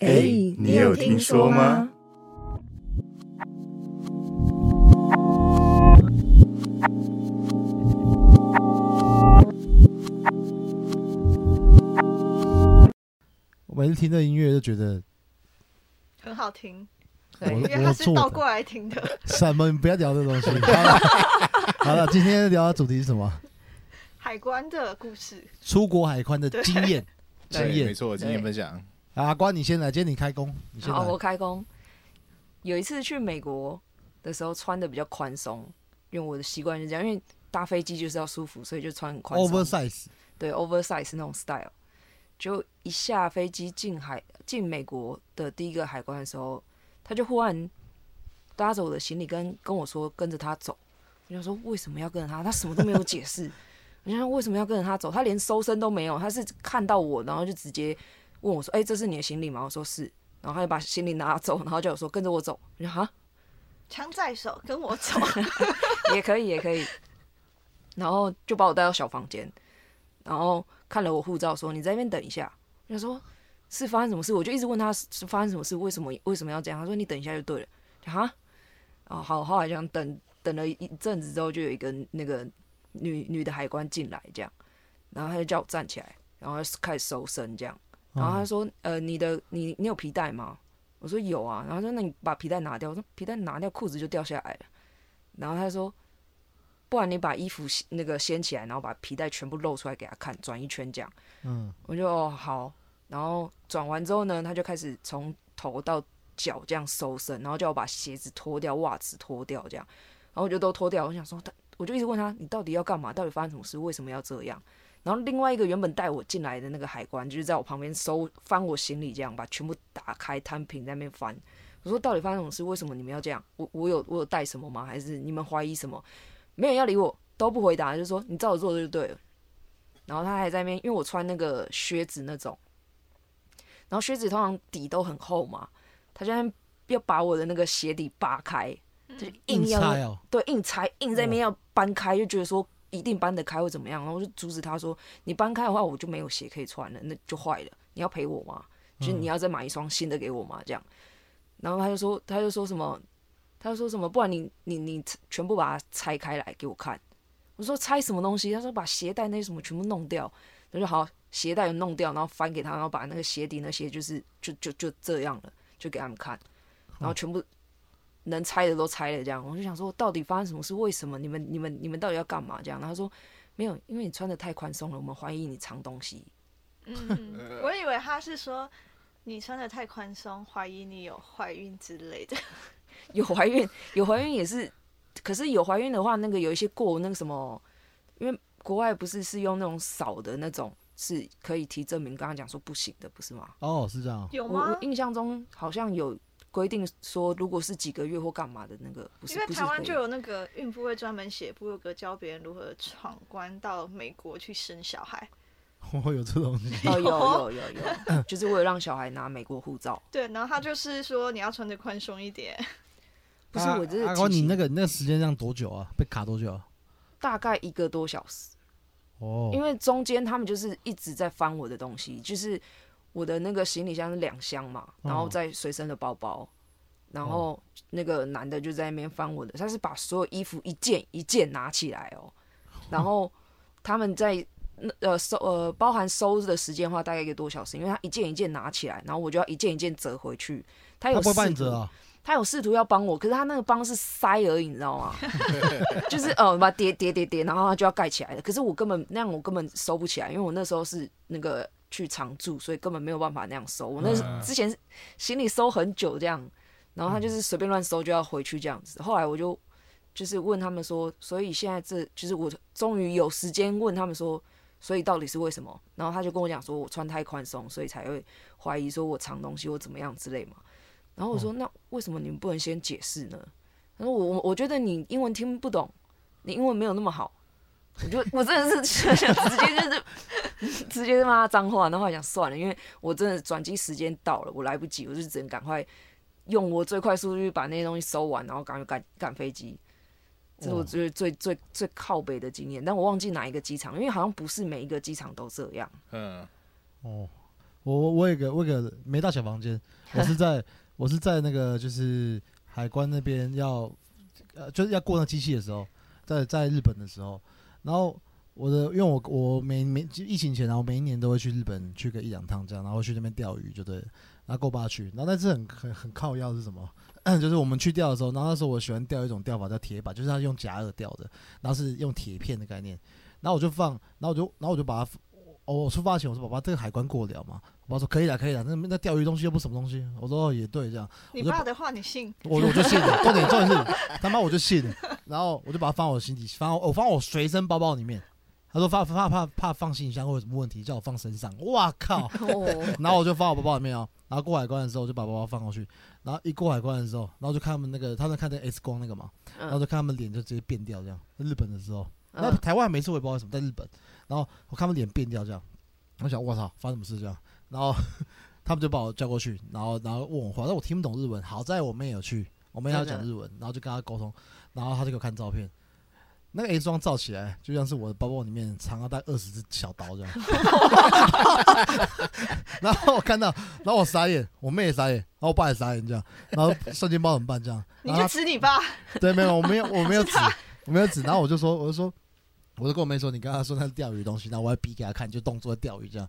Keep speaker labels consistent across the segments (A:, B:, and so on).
A: 哎，你有听说吗？
B: 我每次听这音乐就觉得，
C: 很好听，
B: 我
C: 因为
B: 我
C: 它是
B: 做
C: 倒
B: 的
C: 过来听的。
B: 什么？你不要聊这东西。好了，好了，今天聊的主题是什么？
C: 海关的故事，
B: 出国海关的经验，经
D: 对，没
B: 验。
D: 错，今天分享
B: 啊阿关，你先来，今天你开工，你先
E: 好，我
B: 来。
E: 开工。有一次去美国的时候，穿的比较宽松，因为我的习惯是这样，因为搭飞机就是要舒服，所以就穿很宽松。
B: oversize，
E: 对 oversize 那种 style。就一下飞机进海进美国的第一个海关的时候，他就忽然搭着我的行李跟跟我说跟着他走。我想说为什么要跟着他？他什么都没有解释。 我想说为什么要跟着他走？他连搜身都没有，他是看到我，然后就直接问我说：“哎、这是你的行李吗？”我说是，然后他就把行李拿走，然后叫我说跟着我走。我说哈，
C: 枪在手，跟 我走。
E: 也可以，也可以。然后就把我带到小房间，然后看了我护照，说你在那边等一下。我就说是发生什么事，我就一直问他是是发生什么事，为什么为什么要这样？他说你等一下就对了。我就哈，哦好，后来这样等等了一阵子之后，就有一个那个女女的海关进来，这样，然后他就叫我站起来，然后开始搜身这样。
B: 嗯
E: 然后他说：“呃，你的你你有皮带吗？”我说：“有啊。”然后他说：“那你把皮带拿掉。”我说：“皮带拿掉，裤子就掉下来了。”然后他说：“不然你把衣服掀那个掀起来，然后把皮带全部露出来给他看，转一圈这样。”
B: 嗯，
E: 我就哦好，然后转完之后呢，他就开始从头到脚这样搜身，然后叫我把鞋子脱掉、袜子脱掉这样，然后我就都脱掉。我想说他，我就一直问他，你到底要干嘛？到底发生什么事？为什么要这样？然后另外一个原本带我进来的那个海关，就是在我旁边搜翻我行李，这样把全部打开摊平在那边翻。我说到底发生什么事？为什么你们要这样？我我有我有带什么吗？还是你们怀疑什么？没有人要理我，都不回答，就说你照着做就对了。然后他还在那边，因为我穿那个靴子那种，然后靴子通常底都很厚嘛，他就在那边要把我的那个鞋底扒开，就硬
B: 硬
E: 要
B: 拆哦，
E: 对，硬拆硬在那边要搬开，就觉得说一定搬得开或怎么样，然后我就阻止他说：“你搬开的话，我就没有鞋可以穿了，那就坏了，你要赔我吗？就是你要再买一双新的给我嘛，这样。”然后他就说，他就说什么，他就说什么，不然你你你全部把它拆开来给我看。我说拆什么东西？他说把鞋带那些什么全部弄掉。他说好，鞋带弄掉，然后翻给他，然后把那个鞋底那些就是就就就这样了，就给他们看，然后全部能拆的都拆了，这样我就想说，到底发生什么事？为什么你们、你们、你们到底要干嘛？这样，然后他说没有，因为你穿的太宽松了，我们怀疑你藏东西。
C: 嗯，我以为他是说你穿的太宽松，怀疑你有怀孕之类的。
E: 有怀孕，有怀孕也是，可是有怀孕的话，那个有一些过那个什么，因为国外不是是用那种扫的那种，是可以提证明。刚刚讲说不行的，不是吗？
B: 哦，是这样哦，
C: 有
E: 我我
C: 吗？
E: 印象中好像有规定说，如果是几个月或干嘛的那个，不是
C: 因为
E: 不是
C: 台湾
E: 可以
C: 就有那个孕妇会专门写部落格，教别人如何闯关到美国去生小孩。
B: 我有这种东西。
E: 哦有有有有， 就是为了让小孩拿美国护照。
C: 对，然后他就是说你要穿的宽松一点，
E: 不是
B: 啊
E: 我这是
B: 阿关，
E: 提
B: 你
E: 醒
B: 那个你那个时间这样多久啊？被卡多久啊？
E: 大概一个多小时，
B: 哦，
E: 因为中间他们就是一直在翻我的东西，就是我的那个行李箱是两箱嘛，
B: 哦
E: 然后再随身的包包，然后那个男的就在那边翻我的，他是把所有衣服一件一件拿起来 哦，然后他们在。那呃收呃包含收的时间的话，大概一个多小时，因为他一件一件拿起来，然后我就要一件一件折回去。他有
B: 他不会帮
E: 试
B: 你折
E: 图
B: 啊？
E: 他有试图要帮我，可是他那个帮是塞而已，你知道吗？就是呃，把它叠叠叠叠，然后它就要盖起来了。可是我根本那样，我根本收不起来，因为我那时候是那个去常住，所以根本没有办法那样收。我那是之前行李收很久这样，然后他就是随便乱收就要回去这样子。后来我就就是问他们说，所以现在这就是我终于有时间问他们说，所以到底是为什么？然后他就跟我讲说，我穿太宽松，所以才会怀疑说我藏东西或怎么样之类嘛。然后我说，那为什么你们不能先解释呢？他说我我我觉得你英文听不懂，你英文没有那么好。我就 我真的是想直接就是 直接骂他脏话，然后还想算了，因为我真的转机时间到了，我来不及，我就只能赶快用我最快速度去把那些东西收完，然后赶快赶赶飞机。这是我
B: 哦
E: 觉得最最最靠北的经验，但我忘记哪一个机场，因为好像不是每一个机场都这样。
D: 嗯，
B: 哦，我我有个我有个没大小房间，我是在我是在那个就是海关那边要呃就是要过那机器的时候，在在日本的时候，然后我的因为我我每每疫情前，然啊后每一年都会去日本去个一两趟这样，然后去那边钓鱼就对了，然后够巴去，然后但是很很很靠腰是什么？ 就是我们去钓的时候，然后那时候我喜欢钓一种钓法叫铁板，就是它用假饵钓的，然后是用铁片的概念，然后我就放，然后我就然后我就把它。哦，我出发前我说：“爸爸，这个海关过得了吗？”我爸说：“可以啦，可以啦。那那钓鱼东西又不是什么东西。”我说：“哦，也对，这样。
C: 你爸的话你信？
B: 我”我我就信了。重点重点是，他妈我就信了。然后我就把它放我心底，放我、哦、放我随身包包里面。他说怕怕怕怕放行李箱会有什么问题，叫我放身上。哇靠！ 然后我就放我包包里面哦。然后过海关的时候，我就把包包放过去。然后一过海关的时候，然后就看他们那个，他们看那个 X 光那个嘛，然后就看他们脸就直接变掉，这样。日本的时候，
E: 嗯
B: 那台湾没事，我也不知道为什么，在日本，然后我看他们脸变掉这样，我想我操，发生什么事这样？然后他们就把我叫过去，然后然后问我话，但我听不懂日文。好在我妹有去，我妹要讲日文，然后就跟她沟通，然后她就给我看照片。那个 A 装照起来，就像是我的包包里面藏了大概二十只小刀这样。 然后我看到，然后我傻眼，我妹也傻眼，然后我爸也傻眼这样，然后瞬间不知道怎么办这样。
C: 你
B: 然后
C: 就指你爸，
B: 她啊对，没有，我没有，我没有指，我没有指。然后我就说，我就说，我就跟我妹说，你刚刚说那是钓鱼的东西，然后我还比给她看，就动作钓鱼这样。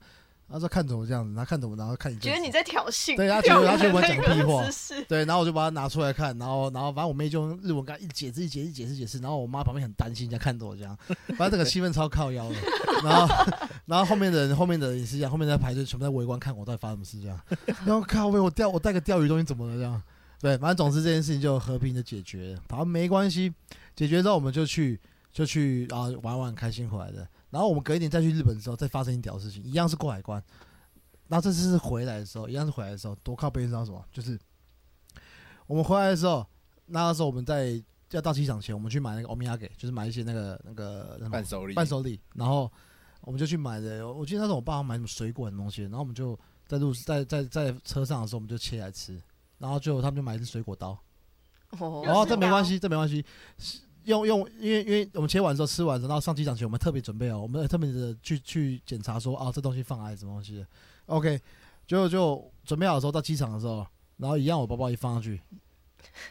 B: 她说看着我这样子，她看着我，然后看一
C: 觉得
B: 阵子
C: 你在挑衅，
B: 对他觉得他觉得我
C: 用你的
B: 讲屁
C: 那个
B: 话
C: 姿势
B: 对，然后我就把它拿出来看，然后然后反正我妹就用日文跟她一直解释一直解释解释解释，然后我妈旁边很担心，在看着我这样，反正整个气氛超靠腰的。 然后然后后面的人后面的人也是一样，后面在排队全部在围观看我到底发生什么事这样。 然后靠喂，我钓我带个钓鱼东西怎么了这样？对，反正总之这件事情就和平的解决了，好像没关系。解决之后我们就去就去啊玩玩开心回来的。然后我们隔一年再去日本的时候，再发生一屌事情，一样是过海关。然后这次是回来的时候，一样是回来的时候，多靠背你知道什么？就是我们回来的时候，那时候我们在要到机场前，我们去买那个欧米茄给，就是买一些那个那个那什么
D: 伴手礼，
B: 伴手礼，然后我们就去买的。我记得那时候我爸买什么水果什么东西，然后我们就在路在在在车上的时候，我们就切来吃，然后最后他们就买一支水果刀，
C: 又
B: 哦，
C: 是
B: 这没
C: 刀
B: 关系，这没关系。用用，因为因为我们切完之后吃完之后，然后上机场前我们特别准备哦，我们特别的去去检查说啊，这东西放哪里什么东西的。OK，就就准备好的时候到机场的时候，然后一样我包包一放上去，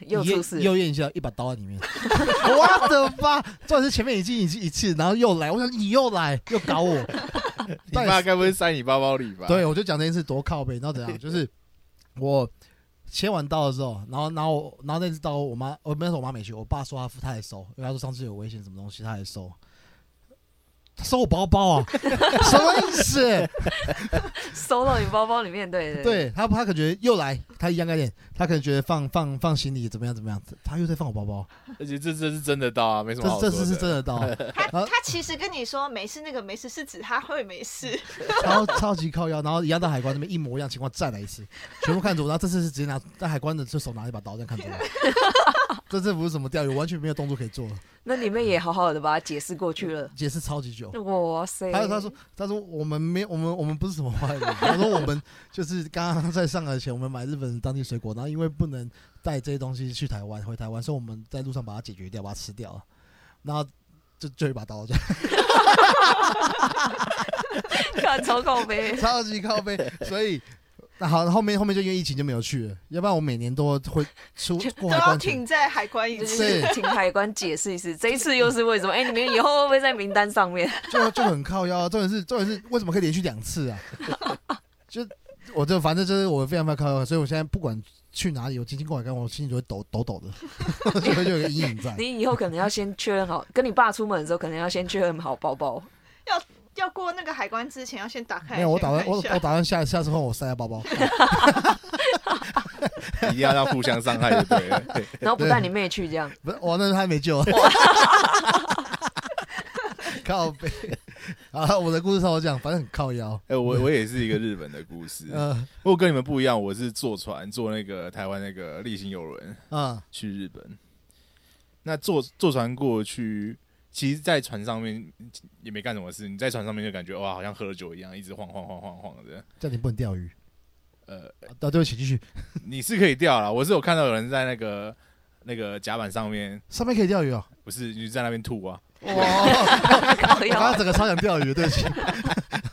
E: 又
B: 验
E: 出事，
B: 又验一下，一把刀在里 面。我的妈！重点是前面已经已经一次，然后又来，我想你又来又搞我。
D: 你爸该不会塞你包包里吧？
B: 对，我就讲这件事多靠背，你知道怎 样？就是我切完刀的时候，然后然后我然后那只刀我妈，我那时候我妈没去，我爸说他付他也收，因为他说上次有危险什么东西他也收。他收我包包 啊，什么意思？
E: 收到你包包里面，对对对，
B: 对他，他可觉得又来，他一样概念，他可能觉得放放放行李怎么样怎么样，他又在放我包包，
D: 而且这这是真的到啊，没什么好
B: 这
D: 说
B: 这
D: 的。
B: 次是真的刀，
C: 他
B: 然后
C: 他其实跟你说没事，那个没事是指他会没事，
B: 然后超级靠腰，然后一样到海关那边一模一样情况再来一次，全部看着我，然后这次是直接拿在海关的就手拿一把刀这样看着我， 这次不是什么钓鱼，完全没有动作可以做，
E: 那你们也好好的把它解释过去了。
B: 解释超级久。
E: 哇塞！
B: 还有他说，他说我们没有，我们我们不是什么坏人。他说我们就是刚刚在上海前，我们买日本当地水果，然后因为不能带这些东西去台湾，回台湾，所以我们在路上把它解决掉，把它吃掉，然后就就一把刀这样，，
E: 看超靠背
B: 超级靠背。所以那好，后面后面就因为疫情就没有去了，要不然我每年都会 出 过
C: 都
B: 海
C: 要
B: 关前
C: 停在海关一
E: 就
C: 次。
E: 是请海关解释一次，这一次又是为什么？哎，你们以后会不会在名单上 面？
B: 就就很靠腰啊。重点是重点是为什么可以连续两次啊？ 就我就反正就是我非常非常靠腰，所以我现在不管去哪里，我经经过海关，我心里就会抖抖抖的， 所以就有一个阴影在。
E: 你以后可能要先确认好，跟你爸出门的时候，可能要先确认好包包。
C: 要过那个海关之前，要先打开。
B: 没有，我打算
C: 先看
B: 我
C: 一
B: 我
C: 下
B: 打算下下次换我塞在包包，
D: 一定要让互相伤害就 对了。对
E: 然后不带你妹去这样，
B: 不是我那他没 救了。 靠背，啊，我的故事稍微讲，反正很靠腰。
D: 哎、我我也是一个日本的故事，
B: 嗯
D: 不过跟你们不一样，我是坐船坐那个台湾那个立新游轮
B: 嗯
D: 去日本。那坐坐船过去，其实，在船上面也没干什么事，你在船上面就感觉哇，好像喝了酒一样，一直晃晃晃晃晃的。
B: 叫你不能钓鱼。
D: 呃，
B: 啊，对不起，继续。
D: 你是可以钓啦，我是有看到有人在那个那个甲板上面，
B: 上面可以钓鱼哦。
D: 不是你就在那边吐啊，
B: 哇，
E: 靠
B: 我刚
E: 腰
B: 刚。整个超想钓鱼，对不起。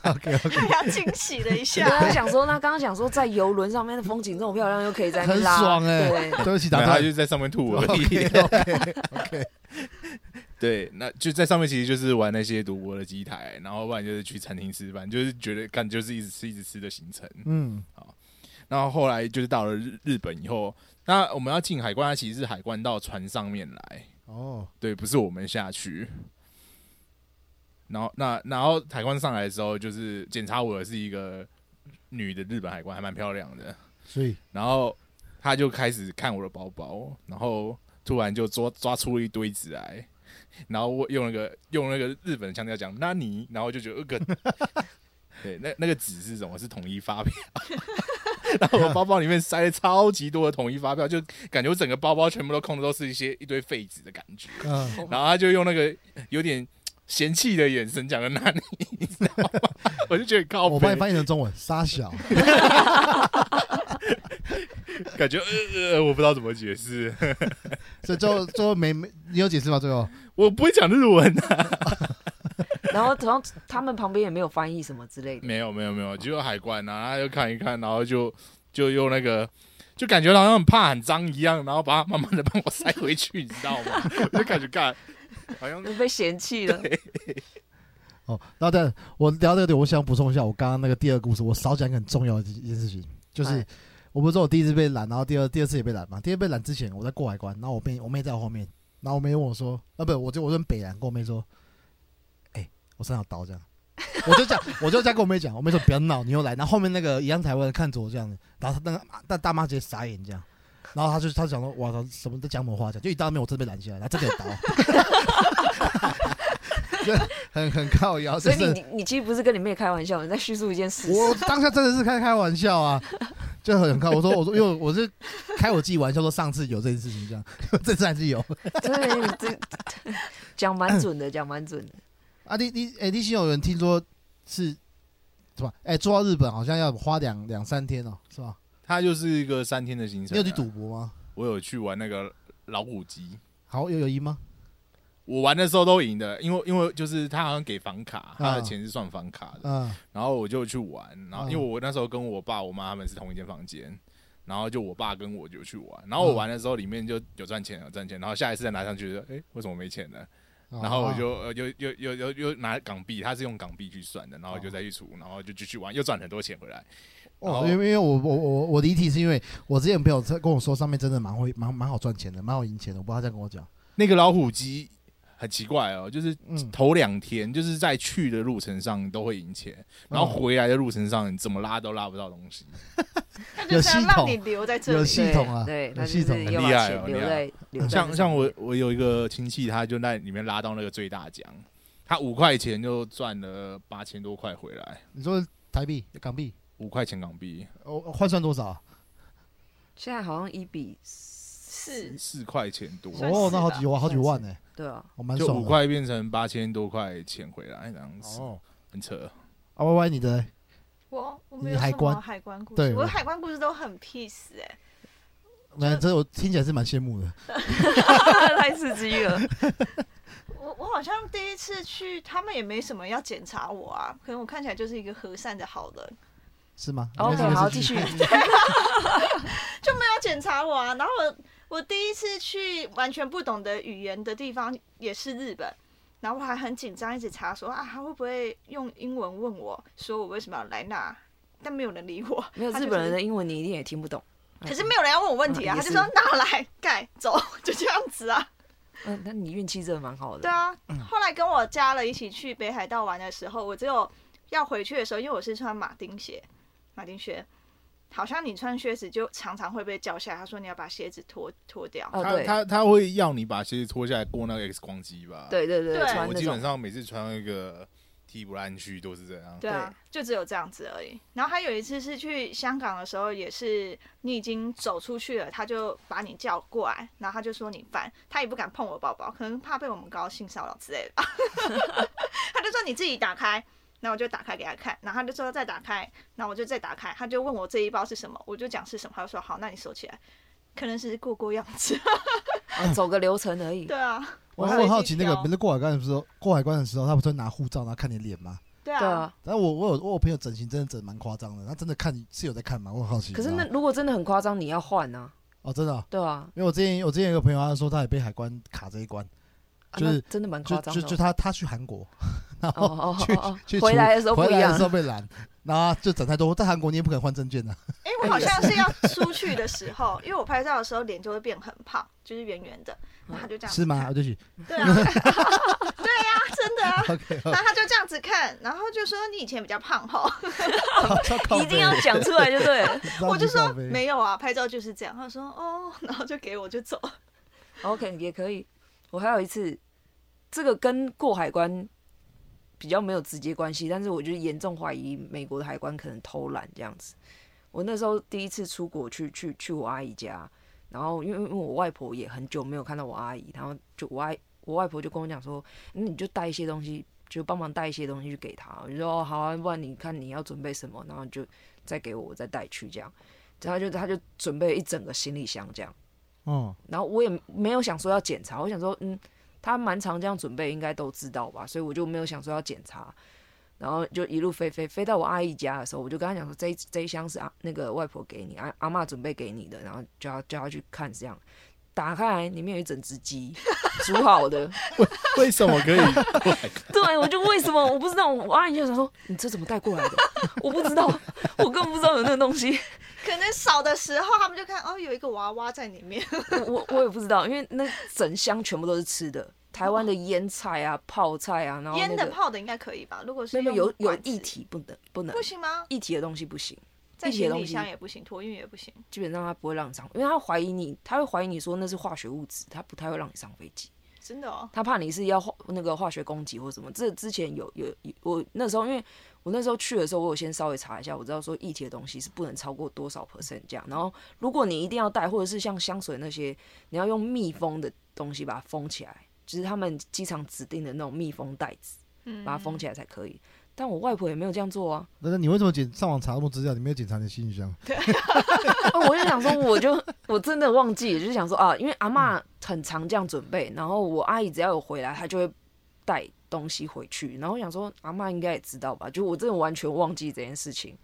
B: OK OK，
C: 大家惊喜了一下
E: 对，，
B: 啊
E: 他想说，那刚刚想说，在游轮上面的风景这么漂亮，又可以在那边
B: 很
E: 拉，
B: 爽哎、
E: 对，
B: 对不起，打
D: 然后他
B: 断
D: 就。在上面吐 啊而
B: OK
D: 已。
B: OK OK，
D: 对，那就在上面其实就是玩那些赌博的机台，然后不然就是去餐厅吃饭，就是觉得干就是一直吃一直吃的行程。
B: 嗯，
D: 然后后来就是到了日日本以后，那我们要进海关，它其实是海关到船上面来，
B: 哦，
D: 对，不是我们下去。然后那然后海关上来的时候，就是检查我的是一个女的日本海关，还蛮漂亮的。
B: 所以
D: 然后他就开始看我的包包，然后突然就抓抓出一堆纸来，然后我用那个用那个日本腔调讲“那你”，然后就觉得呃个， 对，那那个纸是什么？是统一发票。 然后我包包里面塞了超级多的统一发票，就感觉我整个包包全部都空的都是一些一堆废纸的感觉。
B: 嗯，
D: 然后他就用那个有点嫌弃的眼神讲的“那你”，你知道吗？我就觉得靠
B: 我
D: 背
B: 帮你翻译成中文，沙小，
D: 感觉呃呃，我不知道怎么解释，
B: 所以最后最后没没，你有解释吗？最后
D: 我不会讲日文。
E: 然后然后他们旁边也没有翻译什么之类的，
D: 没有没有没有，就海关啊，他就看一看，然后就就用那个，就感觉好像很怕很脏一样，然后把它慢慢的帮我塞回去，你知道吗？ 我就感觉干，好像
E: 被嫌弃了。
B: 哦，然后但我聊这个点，我想补充一下，我刚刚那个第二个故事，我少讲一个很重要的一件事情，就是
E: 哎
B: 我不是说我第一次被拦，然后第二第二次也被拦嘛。第二次被拦之前，我在过海关，然后我妹我妹在我后面，然后我妹问我说，啊不，我就我问北兰，跟我妹说，哎、我身上有刀这样。 我就这样，我就这样跟我妹讲，我妹说不要闹，你又来。然后后面那个一样台湾人看着我这样子，然后她那个那大妈直接傻眼这样，然后她就她就想说，哇操，什么在讲什么话讲，就一到面我真的被拦下来，然后真的有刀， 就很很靠 腰，
E: 所以
B: 真的
E: 你你你其实不是跟你妹开玩笑，你在叙述一件事。
B: 我当下真的是开开玩笑啊， 就很靠。我说我说，因为我是开我自己玩笑，说上次有这件事情，这样 这次还是有
E: 对，你这讲蛮准的，讲蛮准的。
B: 啊。你你哎，你先有人听说是是吧？哎，做到日本好像要花两两三天哦，是吧？
D: 它就是一个三天的行程、啊
B: 你有去赌？博吗？
D: 我有去玩那个老虎机，
B: 好，有有赢吗？
D: 我玩的时候都赢的，因为因为就是他好像给房卡，他的钱是算房卡的，
B: 嗯，
D: 然后我就去玩，然后
B: 嗯
D: 因为我那时候跟我爸、我妈他们是同一间房间，然后就我爸跟我就去玩，然后我
B: 嗯
D: 玩的时候里面就有赚钱有赚钱，然后下一次再拿上去就，哎，为什么没钱呢？
B: 哦
D: 然后我
B: 啊
D: 就呃又又又又又拿港币，他是用港币去算的，然后就再去除，然后就继续玩，又赚很多钱回来。
B: 哦，因为因为我我我我离题是因为我之前朋友在跟我说上面真的蛮会蛮蛮好赚钱的，蛮好赢钱的，我不知道他在跟我讲，
D: 那个老虎机很奇怪哦，就是
B: 嗯，
D: 头两天就是在去的路程上都会赢钱，然
B: 嗯
D: 后回来的路程上你怎么拉都拉不 到东西。
C: 那就是要让你留在这
B: 有
C: 里。
B: 系统啊，
E: 对，
B: 有
E: 那
B: 系
E: 就
B: 统
E: 是
B: 啊，
E: 要
D: 很厉
E: 把
D: 害
E: 钱
D: 哦
E: 留
D: 很厉害
E: 在留在
D: 像像我我有一个亲戚，他就在里面拉到那个最大奖，他五块钱就赚了八千多块回来，
B: 你说台币、港币，
D: 五块钱港币，
B: 哦，换算多少啊？
E: 现在好像一比
C: 四
D: 四块钱多，
C: 算是
B: 哦，那好几
C: 吧
B: 哇，好几万呢、
E: 对啊，
B: 我蛮
D: 就
B: 爽的。
D: 五块变成八千多块钱回来，这样子
B: 哦，
D: 很扯。
B: 啊歪歪你的嘞，
C: 我我
B: 你
C: 没有
B: 海
C: 什
B: 关
C: 么海关故
B: 对
C: 事，我
B: 我
C: 海关故事都很 peace 哎、
B: 那这我听起来是蛮羡慕的。
E: 太刺激了。
C: 我我好像第一次去，他们也没什么要检查我啊，可能我看起来就是一个和善的好人，
B: 是吗
E: OK，
B: 你们是
E: 好，
B: 不是
E: 继 续。
C: 就没有检查我啊。然后我我第一次去完全不懂的语言的地方也是日本，然后我还很紧张，一直查说啊，他会不会用英文问我说我为什么要来那？但没有人理我，
E: 没有
C: 他就
E: 日
C: 是
E: 本人的英文你一定也听不懂。
C: 可是没有人要问我问题啊，
E: 嗯
C: 他
E: 也
C: 就是说哪来盖走，就这样子啊。
E: 嗯，那你运气真的蛮好的。
C: 对啊，
E: 嗯
C: 后来跟我家人一起去北海道玩的时候，我只有要回去的时候，因为我是穿马丁鞋，马丁靴，好像你穿靴子就常常会被叫下来，他说你要把鞋子脱脱掉。
E: 哦，
D: 他
E: 对，
D: 他他会要你把鞋子脱下来过那个 X 光机吧？
E: 对对对，
C: 对
E: 穿
D: 我
E: 那
D: 基本
E: 种
D: 上每次穿那个 T 不烂区都是这样。
C: 对啊，就只有这样子而已。然后还有一次是去香港的时候，也是你已经走出去了，他就把你叫过来，然后他就说你烦，他也不敢碰我包包，可能怕被我们搞性骚扰之类的吧。 他就说你自己打开，那我就打开给他看，然后他就说再打开，那我就再打开，他就问我这一包是什么，我就讲是什么，他就说好，那你收起来，可能是过过样子。
E: 走个流程而已。
C: 对啊，
B: 我
C: 还
B: 我
C: 会
B: 很好
C: 去
B: 奇那个
C: 挑
B: 不是过海关的时候，过海关的时候，他不是会拿护照然后看你脸吗？
C: 对
E: 对
C: 啊，
E: 啊。
B: 但是我我有我有朋友整形真的整得蛮夸张的，他真的看是有在看吗？我很好奇。
E: 可是
B: 你
E: 那
B: 知道吗
E: 如果真的很夸张，你要换啊，
B: 哦真的哦、
E: 对啊，
B: 因为我之前我之前有个朋友，他说他也被海关卡这一关，
E: 啊
B: 就是
E: 那真的蛮
B: 就
E: 夸张
B: 就
E: 的。
B: 就他他去韩国，然
E: 哦
B: 后
E: 哦
B: 去
E: 哦哦
B: 去
E: 回
B: 除
E: 来的时候不
B: 回
E: 一
B: 来的
E: 样
B: 时，候被拦，然后他就整太多。在韩国你也不可能换证件啊 的、
C: 哎、我好像是要出去的时候， 因为我拍照的时候脸就会变很胖，就是圆圆的，
E: 嗯
C: 然后他就这样子
B: 是吗？
C: 看
B: 啊？对不起
C: 对啊， 对啊，真的 啊。
B: ，OK，
C: 然后他就这样子看，然后就说你以前比较胖吼，
E: 一定要讲出来就对了。
B: 超
C: 我就
B: 级
C: 说
B: 靠北
C: 没有啊，拍照就是这样。他说哦，然后就给我就走。
E: OK，也 可以。我还有一次，这个跟过海关比较没有直接关系，但是我就严重怀疑美国的海关可能偷懒这样子。我那时候第一次出国去去去我阿姨家，然后因为因为我外婆也很久没有看到我阿姨，然后就我阿姨我外婆就跟我讲说，那你就带一些东西，就帮忙带一些东西去给她。我就说哦好啊，不然你看你要准备什么，然后你就再给我，我再带去这样。然后就她就准备了一整个行李箱这样。
B: 嗯，
E: 然后我也没有想说要检查，我想说，嗯，他蛮常这样准备，应该都知道吧，所以我就没有想说要检查。然后就一路飞飞飞到我阿姨家的时候，我就跟她讲说，这一这一箱是阿那个外婆给你，阿阿嬷准备给你的，然后叫她叫她去看这样。打开来，里面有一整只鸡，煮好的。
D: 为什么可以？
E: 对，我就为什么我不知道，我阿姨就想说，你这怎么带过来的？ 我不知道，我根本不知道有那个东西。
C: 可能少的时候他们就看哦，有一个娃娃在里面。
E: 我我也不知道，因为那整箱全部都是吃的，台湾的腌菜啊、泡菜啊，然后
C: 腌
E: 那
C: 的
E: 个
C: 泡的应该可以吧？如果是
E: 那个
C: 用
E: 有有
C: 管子
E: 一体不能不能
C: 不行吗？
E: 一体的东西不行，
C: 在
E: 一体的
C: 行
E: 东
C: 李
E: 西
C: 箱也不行，托运也不行。
E: 基本上他不会让你上，因为他怀疑你，他会怀疑你说那是化学物质，他不太会让你上飞机，
C: 真的哦，
E: 他怕你是要化那个化学攻击或什么。这之前有有有我那时候因为。我那时候去的时候，我有先稍微查一下，我知道说液体的东西是不能超过多少 percent 这样。然后，如果你一定要带，或者是像香水那些，你要用密封的东西把它封起来，就是他们机场指定的那种密封袋子，
C: 嗯，
E: 把它封起来才可以。但我外婆也没有这样做啊，
B: 但是你为什么检上网查那么多资料？你没有检查你的行李箱？
E: 哦，我就想说，我就我真的忘记，就是想说啊，因为阿
B: 嗯
E: 嬷很常这样准备，然后我阿姨只要有回来，她就会带东西回去，然后我想说阿嬷应该也知道吧，就我真的完全忘记这件事情，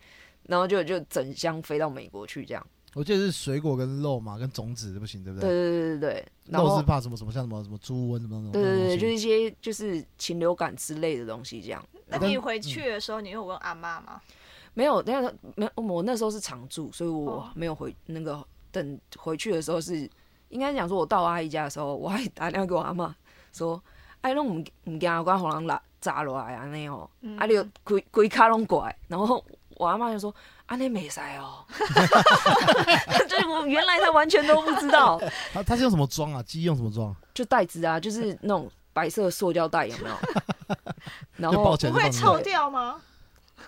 E: 然后就就整箱飞到美国去这样，
B: 我记得是水果跟肉嘛，跟种子不行，对不
E: 对对
B: 对？
E: 对对对，然
B: 肉
E: 后
B: 是怕什么什么像什么什么猪瘟什么什么
E: 对对对，
B: 东西
E: 就是一些就是禽流感之类的东西这样，
C: 那你回
E: 嗯
C: 去的时候，你有问阿妈吗？
E: 没有，那个没有，我那时候是常住，所以我
C: 哦
E: 没有回那个。等回去的时候是，应该讲说，我到我阿姨家的时候，我还打电话给我阿妈说：“ 哎，拢唔唔惊我互人拉砸落来安尼哦，
C: 嗯
E: 啊，你就规规卡拢过来。”然后我阿妈就说：“安尼袂使哦。” 就是我原来她完全都不知道，
B: 他他是用什么装啊？鸡用什么装？
E: 就袋子啊，就是那种白色塑胶袋，有没 有？然
B: 就
E: 后
B: 抱起来
C: 不
B: 就放
C: 会
B: 进去
C: 臭掉吗？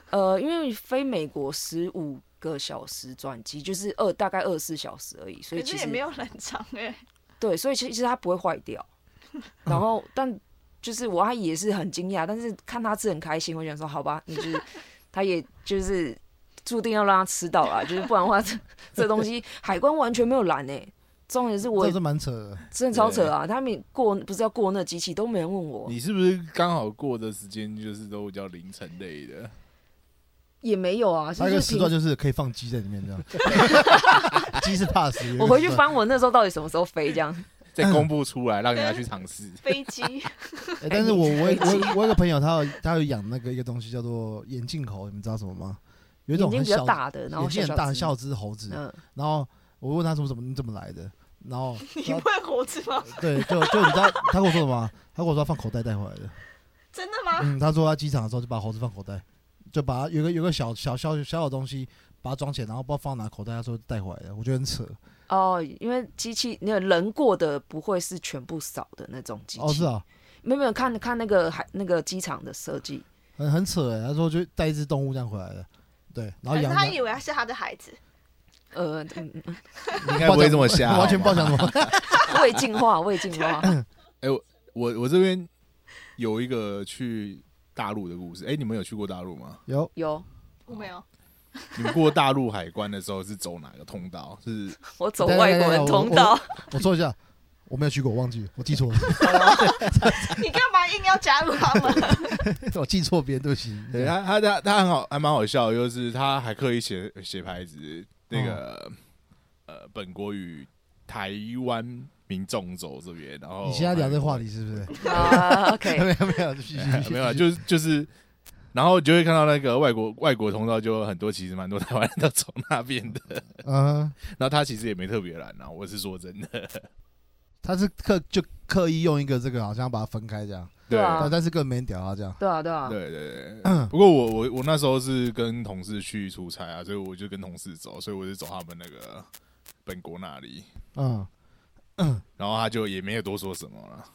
E: 呃，因为飞美国十五个小时转机，就是二大概二十四小时而已，所以
C: 可
E: 其
C: 是
E: 实
C: 也没有冷藏哎，
E: 对，所以其实它不会坏掉。 然后，但就是我阿姨也是很惊讶，但是看她吃很开心，我想说好吧，你就是 她也就是注定要让她吃到啦，就是不然的话， 这这东西海关完全没有拦哎、重点是我
B: 这是蛮扯的。
E: 真的超扯啊！他们过不是要过那机器都没人问我，
D: 你是不是刚好过的时间就是都比较凌晨类的？
E: 也没有啊，
B: 还有
E: 就是
B: 一个时
E: 平
B: 段就是可以放鸡在里面 这样，鸡是怕死。
E: 我回去翻我那时候到底什么时候飞这样。
D: 再公布出来，让人家去尝 试。
C: 飞机
B: 欸但是我我我我有个朋友，他有他有养那个一个东西叫做眼镜猴，你们知道什么吗？有
E: 眼
B: 一种
E: 睛
B: 很
E: 比较
B: 小，
E: 大的，然后
B: 眼睛很大，很
E: 小
B: 小只猴子。
E: 嗯，
B: 然后我问他什么怎么你怎么来的，然后
C: 你问猴子吗？
B: 对，就就你知道他跟我说什么吗？他跟我说他放口袋带回来的。
C: 真的吗？
B: 嗯，他说他机场的时候就把猴子放口袋，就把它有个有个小小小小小东西把它装起来，然后不知道放哪口袋，他说带回来的，我觉得很扯。
E: 哦，因为机器那个人过的不会是全部扫的那种机器，
B: 哦，是啊，
E: 没有没有看看那个海那个机场的设计，
B: 很很扯哎、他说就带一只动物这样回来的，对，然
C: 可
B: 后
C: 是
B: 养
C: 他
B: 的
C: 以为他是他的孩子，
E: 呃，嗯嗯嗯
D: 你应该不会这么瞎好吗，
B: 完全不想什么。
E: 未进化，未进化，
D: 哎我我这边有一个去大陆的故事。哎、你们有去过大陆吗？
B: 有
E: 有
C: 我没有。
D: 你们过大陆海关的时候是走哪个通道？是
E: 我走外国人通道，
B: 我说一下，我没有去过，我忘记了，我记错了，
C: 你干嘛硬要加入他们？
B: 我记错别人，对不起。
D: 对啊他，他他他很好，还蛮好笑的，就是他还刻意写呃写牌子，那
B: 嗯
D: 个、呃，本国与台湾民众走这边，然后
B: 你现在聊这个话题是不 是？
E: 啊
B: 没有
E: ，OK，
B: 没有，继续继 续
D: 没有啊，就是就是，然后就会看到那个外国外国通道，就有很多其实蛮多 台湾人都从那边的，
B: 嗯，
D: 然后他其实也没特别懒啊，我是说真的，
B: 他是刻就刻意用一个这个，好像把它分开这样，
E: 对啊
B: 但但是更没人屌他这样。
E: 对啊，对啊，
D: 对对对。不过我我我那时候是跟同事去出差啊，所以我就跟同事走，所以我是走他们那个本国那里，
B: 嗯，
D: 然后他就也没有多说什么了。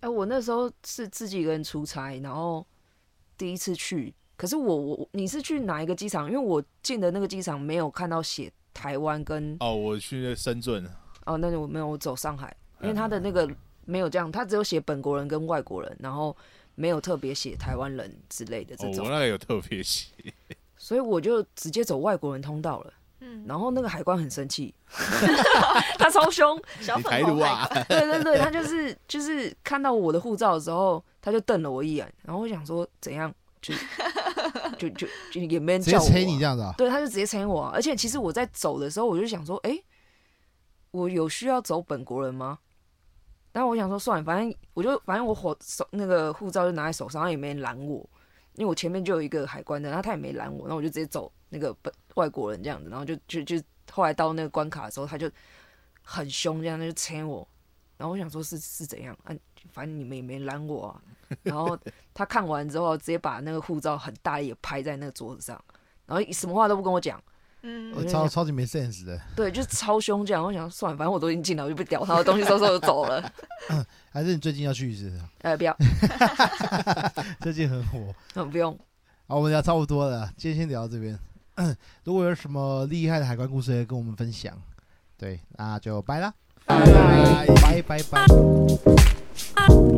E: 哎、我那时候是自己一个人出差，然后第一次去。可是我我你是去哪一个机场？因为我进的那个机场没有看到写台湾跟
D: 哦，我去深圳，
E: 哦，那我没有，我走上海，因为他
B: 嗯
E: 的那个没有这样，他只有写本国人跟外国人，然后没有特别写台湾人之类的
D: 哦
E: 这，
D: 我
E: 种，
D: 那个有特别写，
E: 所以我就直接走外国人通道了。
C: 嗯，
E: 然后那个海关很生气， 他超凶，
C: 小
D: 你台
C: 粉
D: 独
C: 红海
D: 啊，
E: 对对对，他就是就是看到我的护照的时候，他就瞪了我一眼，然后我想说怎样，就就就就也没人
B: 直
E: 叫
B: 接
E: 我、啊，
B: 催你这样子啊？
E: 对，他就直接牵我、啊。而且其实我在走的时候，我就想说，哎、我有需要走本国人吗？但我想说，算了，反正我就反正我火手那个护照就拿在手上，然后也没人拦我，因为我前面就有一个海关的，然后他也没拦我，然后我就直接走那个本外国人这样子，然后就就就后来到那个关卡的时候，他就很凶，这样他就牵我，然后我想说是是怎样啊？反正你们也没拦我啊。然后他看完之后，直接把那个护照很大力的拍在那个桌子上，然后什么话都不跟我讲，
C: 嗯
E: 我就
B: 超
E: 想
B: 超级没 sense 的，
E: 对，就是超凶这样。我想算了，反正我都已经进来，我就不屌他，我东西收收就走了。
B: 还是你最近要去一次？
E: 呃，不要，
B: 最近很火。
E: 嗯，不用。
B: 好，我们聊差不多了，今天先聊到这边。 如果有什么厉害的海关故事，可以跟我们分享。对，那就拜啦，拜拜拜拜。
A: 啊